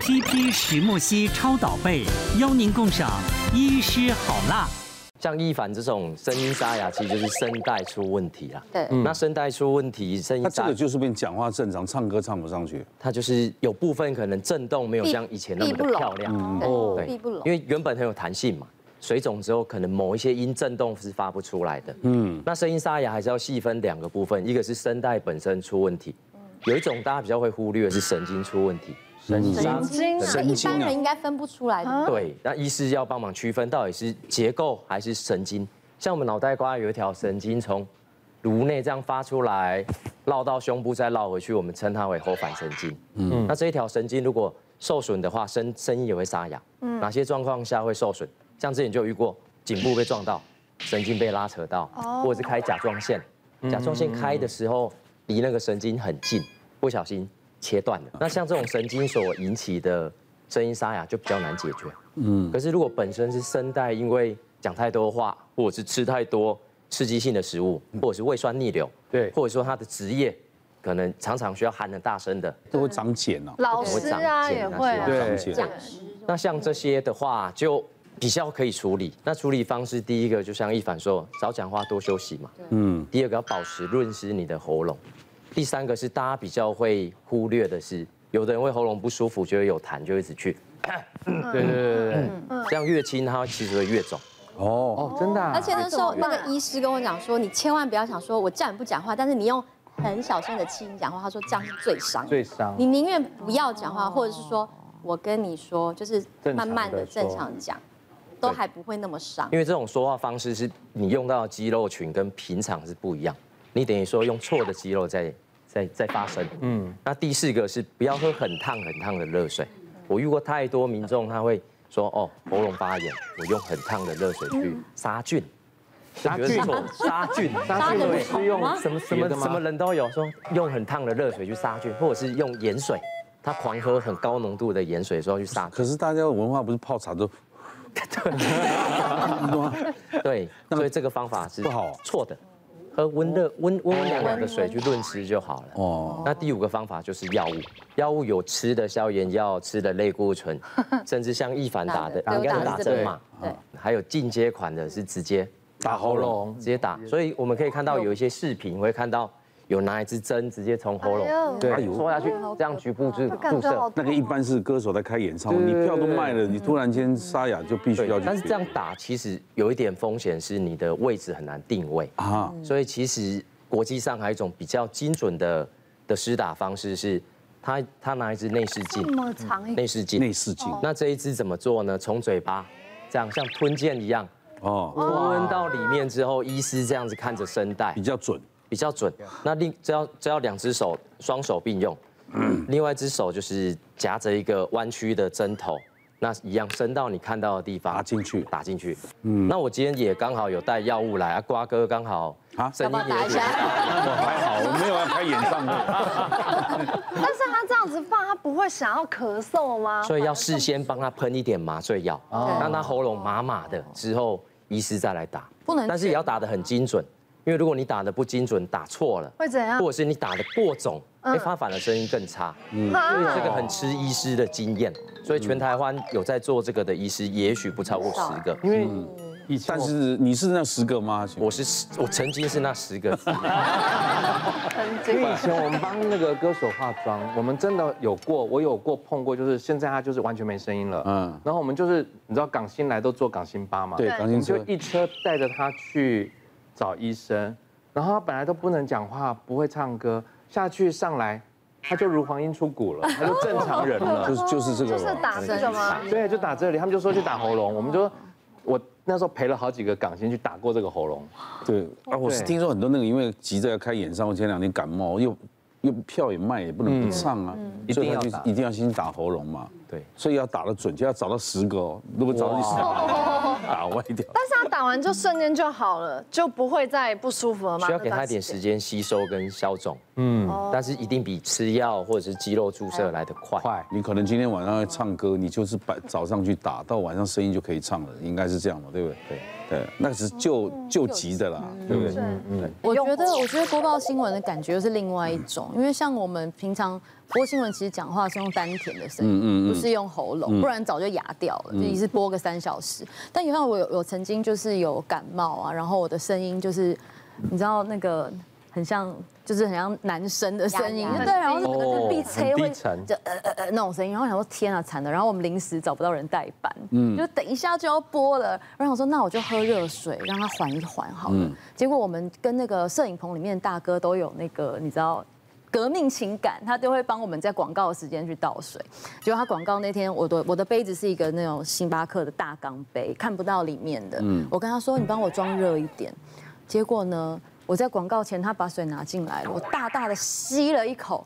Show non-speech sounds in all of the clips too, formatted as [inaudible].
CP 石墨烯超导被，邀您共赏医师好辣。像一凡这种声音沙哑，其实就是声带出问题啦。对那声带出问题，声他音嗯这沙个，就是变讲话正常，唱歌唱不上去。它就是有部分可能震动没有像以前那么的漂嗯亮。哦，对闭不拢因。为原本很有弹性嘛，水肿之后可能某一些音震动是发不出来的。嗯，那声音沙哑还是要细分两个部分，一个是声带本身出问题，有一种大家比较会忽略的是神经出问题。神经沙神经啊，神一经啊般人应该分不出来的。对，那医师要帮忙区分到底是结构还是神经。像我们脑袋瓜有一条神经从颅内这样发出来，绕到胸部再绕回去，我们称它为喉返神经。嗯，那这一条神经如果受损的话，声声音也会沙哑。嗯，哪些状况下会受损？像之前就有遇过颈部被撞到，神经被拉扯到，或者是开甲状线，甲状腺开的时候离那个神经很近，不小心切断了。那像这种神经所引起的声音沙哑就比较难解决。可是如果本身是声带因为讲太多话，或者是吃太多刺激性的食物，或者是胃酸逆流，嗯对或者说他的职业可能常常需要喊得大声的，都会长茧啊，老师啊也会啊，长对，茧。那像这些的话就比较可以处理。那处理方式第一个就像一凡说，少讲话多休息嘛。嗯。第二个要保持润湿你的喉咙，第三个是大家比较会忽略的是，有的人会喉咙不舒服，觉得有痰就一直去，对对对对，这样越轻它其实会越肿。哦，哦，真的啊，而且那时候那个医师跟我讲说，你千万不要想说我叫你不讲话，但是你用很小声的气音讲话，他说这样是最伤。最伤你宁愿不要讲话，或者是说我跟你说，就是慢慢的正常地说正常讲，都还不会那么伤因。为这种说话方式是你用到的肌肉群跟平常是不一样，你等于说用错的肌肉在在在发声。嗯，那第四个是不要喝很烫很烫的热水。我遇过太多民众，他会说哦喉咙发炎，我用很烫的热水去杀菌。杀菌杀菌，杀菌对也是用什么什么别的吗什么人都有，说用很烫的热水去杀菌，或者是用盐水，他狂喝很高浓度的盐水的时候去杀菌。可是大家的文化不是泡茶都对，所以这个方法是不好啊哦错的，喝温热温温温凉凉的水去润湿就好了。哦，那第五个方法就是药物，药物有吃的消炎药，吃的类固 [laughs] 醇，甚至像易凡打的，打的应该是打针嘛，对，还有进阶款的是直接打喉喉咙，咙直接打，所以我们可以看到有一些视频会看到有拿一支针直接从喉咙哎呦对哎呦缩下去，这样局部注感哦注觉好射，那个一般是歌手在开演唱会，你票都卖了，你突然间沙哑就必须对，要去。但是这样打其实有一点风险是你的位置很难定位。啊，嗯所以其实国际上还有一种比较精准的的施打方式是，他他拿一支内视这嗯镜，么长一个内视内镜。视镜那这一支怎么做呢？从嘴巴这样像吞剑一样哦，吞到里面之后，医师这样子看着声带比较准，比较准。嗯那另这要这要两只手双手并用，嗯另外一只手就是夹着一个弯曲的针头，那一样伸到你看到的地方打进去打进去。嗯，那我今天也刚好有带药物来啊，瓜哥刚好啊声要不要音也打一下？哦还好我没有要开演唱会，但是他这样子放，他不会想要咳嗽吗？嗯所以要事先帮他喷一点麻醉药，让他喉咙麻麻的，之后医师再来打。不能但是也要打得很精准，因为如果你打得不精准，打错了会怎样嗯或者是你打得过肿，哎，他反而声音更差。嗯，所以啊这个很吃医师的经验，哦所以全台湾有在做这个的医师，也许不超过十个。嗯因为以前 [laughs] 但我是你是那十个吗？我是十我曾经是那十 [laughs] 个，因为以前我们帮那个歌手化妆，我们真的有过，我有过碰过，就是现在他就是完全没声音了。嗯嗯，然后我们就是你知道港星来都做港星吧嘛，对，我钢们琴就车一车带着他去找医生，然后他本来都不能讲话，不会唱歌，下去上来他就如黄莺出谷了，他就正常人了 [laughs] 就。是就是这个就是了，打这个吗？对，就打这里，他们就说去打喉咙，我们就说我那时候陪了好几个港星去打过这个喉咙，对啊，我是对听说很多那个因为急着要开演唱会，前两天感冒又又票也卖，也不能不唱啊，所以嗯一定要他就打一定要先打喉咙嘛，对，所以要打得准，就要找到十个哦，如果找到第十个， [laughs] 打歪掉。但是他打完就瞬间就好了，就不会再不舒服了吗？需要给他一点时间吸收跟消肿。嗯，哦但是一定比吃药或者是肌肉注射来得快。快你可能今天晚上要唱歌，你就是把早上去打，到晚上声音就可以唱了，应该是这样嘛，对不对？对。对，那是救救急的啦，对不对？嗯嗯我觉得，我觉得播报新闻的感觉又是另外一种，因为像我们平常播新闻，其实讲话是用丹田的声音，不是用喉咙，不然早就哑掉了，就一次播个三小时。但你看，我有我曾经就是有感冒啊，然后我的声音就是，你知道那个很像，就是很像男生的声音，哑哑对，然后那个鼻哦很塞低会沉。就呃呃呃那种声音，然后我想说天啊惨了，然后我们临时找不到人代班，嗯就等一下就要播了，然后我说那我就喝热水让它缓一缓好了。嗯结果我们跟那个摄影棚里面的大哥都有那个你知道。革命情感，他都会帮我们在广告的时间去倒水。结果他广告那天，我的我的杯子是一个那种星巴克的大钢杯，看不到里面的。嗯我跟他说：“你帮我装热一点。”结果呢，我在广告前，他把水拿进来了，我大大的吸了一口，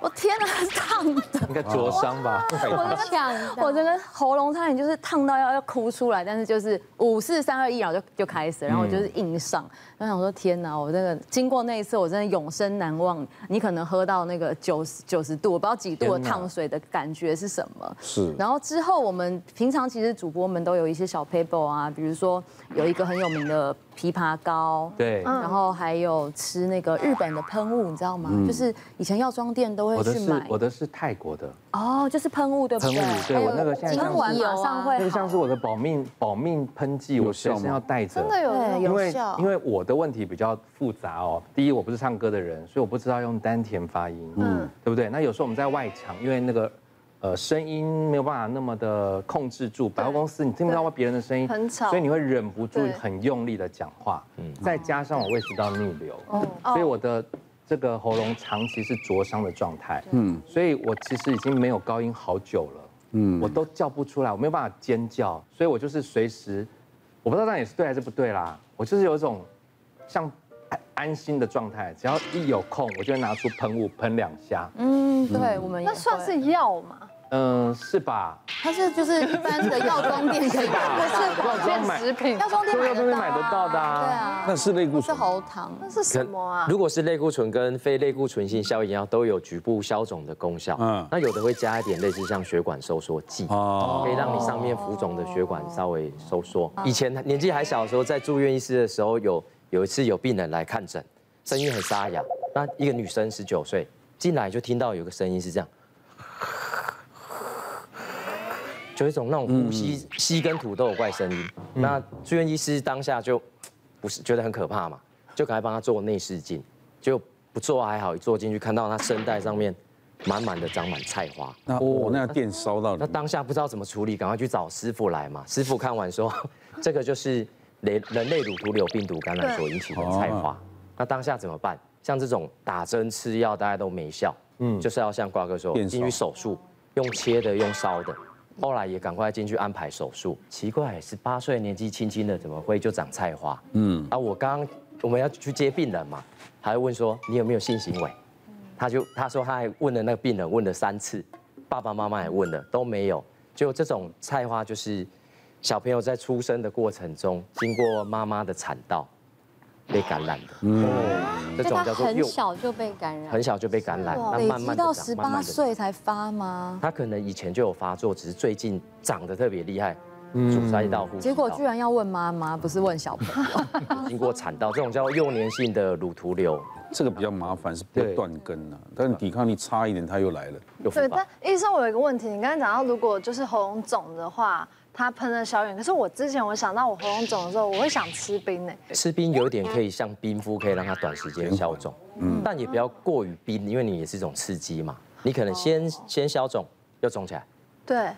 我天哪，是烫的！应该灼伤吧？我这呛个我这个喉咙差点就是烫到要要哭出来，但是就是五四三二一，然后就就开始，然后我就是硬上，然后想说天哪，我这个经过那一次，我真的永生难忘。你可能喝到那个九十九十度，我不知道几度的天哪烫水的感觉是什么。是然后之后我们平常其实主播们都有一些小 paper 啊，比如说有一个很有名的枇杷膏，对，然后还有吃那个日本的喷雾，你知道吗？就是以前药妆店都嗯我会的去是买我的是泰国的，哦，就是喷雾对不对？喷雾对还有我那个现在喷完马上会那个好像是我的保命保命喷剂，有我随效身吗要带着。真的有对用因有为效，因为我的问题比较复杂哦。第一，我不是唱歌的人，所以我不知道用丹田发音，嗯，对不对？那有时候我们在外场，因为那个呃声音没有办法那么的控制住，百货公司你听不到别人的声音，很吵所以你会忍不住对很用力的讲话，嗯，再加上我胃食道逆流，哦所以我的这个喉咙长期是灼伤的状态，嗯，所以我其实已经没有高音好久了，嗯，我都叫不出来，我没有办法尖叫，所以我就是随时，我不知道这样也是对还是不对啦，我就是有一种像安安心的状态，只要一有空，我就会拿出喷雾喷两下，嗯，对，我们也那算会是药吗？嗯，是吧？它是就是一般的药妆店可以买得到的，药妆买食 [laughs] 品药妆店药妆店买买得得到到的啊，啊对啊，那是类固不是醇，喉糖，那是什么啊？如果是类固醇跟非类固醇性消炎药都有局部消肿的功效，嗯嗯，那有的会加一点类似像血管收缩剂，哦可以让你上面浮肿的血管稍微收缩。以前年纪还小的时候，在住院医师的时候，有有一次有病人来看诊，声音很沙哑。那一个女生十九岁进来就听到有个声音是这样，就有一种那种呼吸吸跟吐都有怪声音。那住院医师当下就不是觉得很可怕嘛，就赶快帮她做内视镜，就不做还好，一做进去看到她声带上面满满的长满菜花。那我那电烧到你那，当下不知道怎么处理，赶快去找师傅来嘛。师傅看完说，哦这个就是人人类乳头瘤病毒感染所引起的菜花。那当下怎么办？像这种打针吃药，大家都没效，嗯，就是要像瓜哥说，变少进去手术，用切的，用烧的。后来也赶快进去安排手术。奇怪，十八岁年纪轻轻的，怎么会就长菜花？嗯，啊，我刚我们要去接病人嘛，还问说你有没有性行为？嗯他就他说他还问了那个病人问了三次，爸爸妈妈也问了都没有。就这种菜花，就是小朋友在出生的过程中，经过妈妈的产道被感染的。哦，这就种他叫做很幼，小就被感染，很小就被感染，那累慢积慢的到长十，慢八慢的长。岁才发吗？他可能以前就有发作，只是最近长得特别厉害，阻塞到呼吸道。结果居然要问妈妈，不是问小朋友。经过产道，这种叫幼年性的乳头瘤，这个比较麻烦，是不会对断根啊，但是抵抗力差一点，它又来了。有复对，发但。医生，我有一个问题，你刚才讲到，如果就是喉咙肿的话，它喷了消炎，可是我之前我想到我喉咙肿的时候，我会想吃冰欸呢。吃冰有一点可以像冰敷，可以让它短时间消肿，但也不要过于冰，因为你也是一种刺激嘛。你可能先先消肿，又肿起来，对，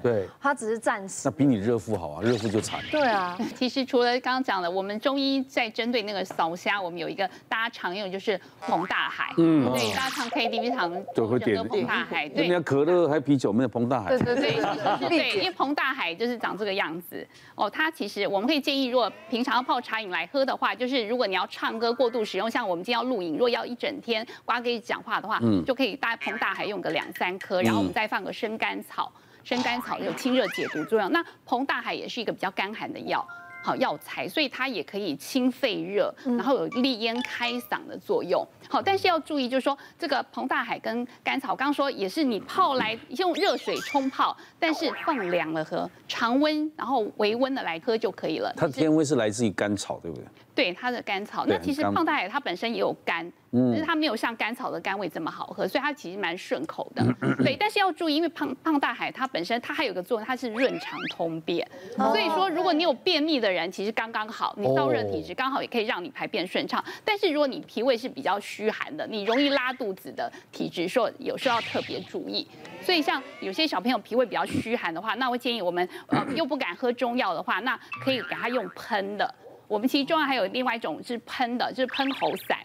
对，它只是暂时那。比你热敷好啊，热敷就惨了。对啊，其实除了刚刚讲的，我们中医在针对那个扫虾，我们有一个大家常用就是膨大海，嗯，对，大家常 KTV 常对会点叫做膨大海，人家对。可乐还啤酒，没有彭大海对。对对，对，就闭是对，因为膨大海就是长这个样子哦。它其实我们可以建议，如果平常要泡茶饮来喝的话，就是如果你要唱歌过度使用，像我们今天要录影，如果要一整天瓜哥一直讲话的话，嗯就可以大概膨大海用个两三颗，然后我们再放个生甘草，生甘草有清热解毒作用。那膨大海也是一个比较干寒的药。好药材，所以它也可以清肺热，然后有利咽开嗓的作用。好，但是要注意，就是说这个膨大海跟甘草，刚刚说也是你泡来用热水冲泡，但是放凉了喝，常温然后微温的来喝就可以了。它天味是来自于甘草，对不对？对它的甘草，对那其实很甘嗯胖大海它本身也有甘，但是它没有像甘草的甘味这么好喝，所以它其实蛮顺口的。对，但是要注意，因为胖胖大海它本身它还有个作用，它是润肠通便，所以说如果你有便秘的人，其实刚刚好，你燥热体质刚好也可以让你排便顺畅。但是如果你脾胃是比较虚寒的，你容易拉肚子的体质，说有时候要特别注意。所以像有些小朋友脾胃比较虚寒的话，那我建议我们呃又不敢喝中药的话，那可以给他用喷的。我们其实中啊药还有另外一种是喷的，就是喷喉散。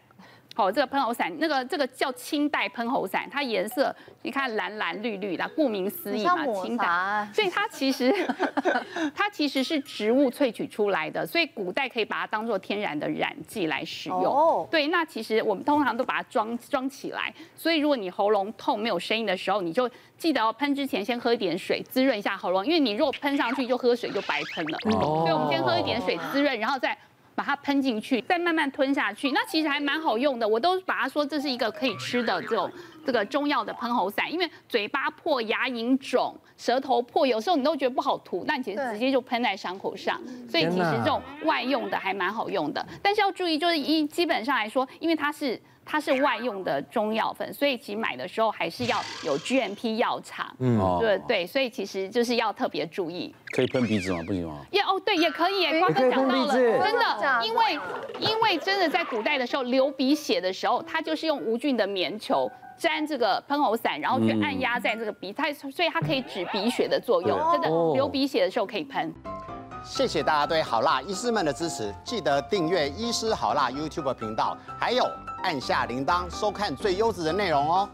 好，这个喷喉散，那个这个叫清代喷喉散，它颜色你看蓝蓝绿绿的，顾名思义很像嘛，抹清茶代啊。所以它其实它其实是植物萃取出来的，所以古代可以把它当做天然的染剂来使用。哦对，那其实我们通常都把它装装起来，所以如果你喉咙痛没有声音的时候，你就记得哦，喷之前先喝一点水滋润一下喉咙，因为你如果喷上去就喝水就白喷了。所以我们先喝一点水滋润，然后再。把它喷进去，再慢慢吞下去，那其实还蛮好用的。我都把它说这是一个可以吃的这种这个中药的喷喉散，因为嘴巴破、牙龈肿、舌头破，有时候你都觉得不好涂，那你其实对直接就喷在伤口上。所以其天实哪这种外用的还蛮好用的，但是要注意，就是一基本上来说，因为它是它是外用的中药粉，所以其实买的时候还是要有 GMP 药厂。嗯，哦对对，所以其实就是要特别注意。可以喷鼻子吗？不行吗？也哦，对，也可以耶，瓜可哥以讲碰壁到了，纸真哎真的假的，的因为因为真的在古代的时候流鼻血的时候，他就是用无菌的棉球。沾这个喷喉散，然后嗯去按压在这个鼻，它所以它可以止鼻血的作用，真的哦流鼻血的时候可以喷。谢谢大家对好辣医师们的支持，记得订阅医师好辣 YouTube 频道，还有按下铃铛收看最优质的内容哦。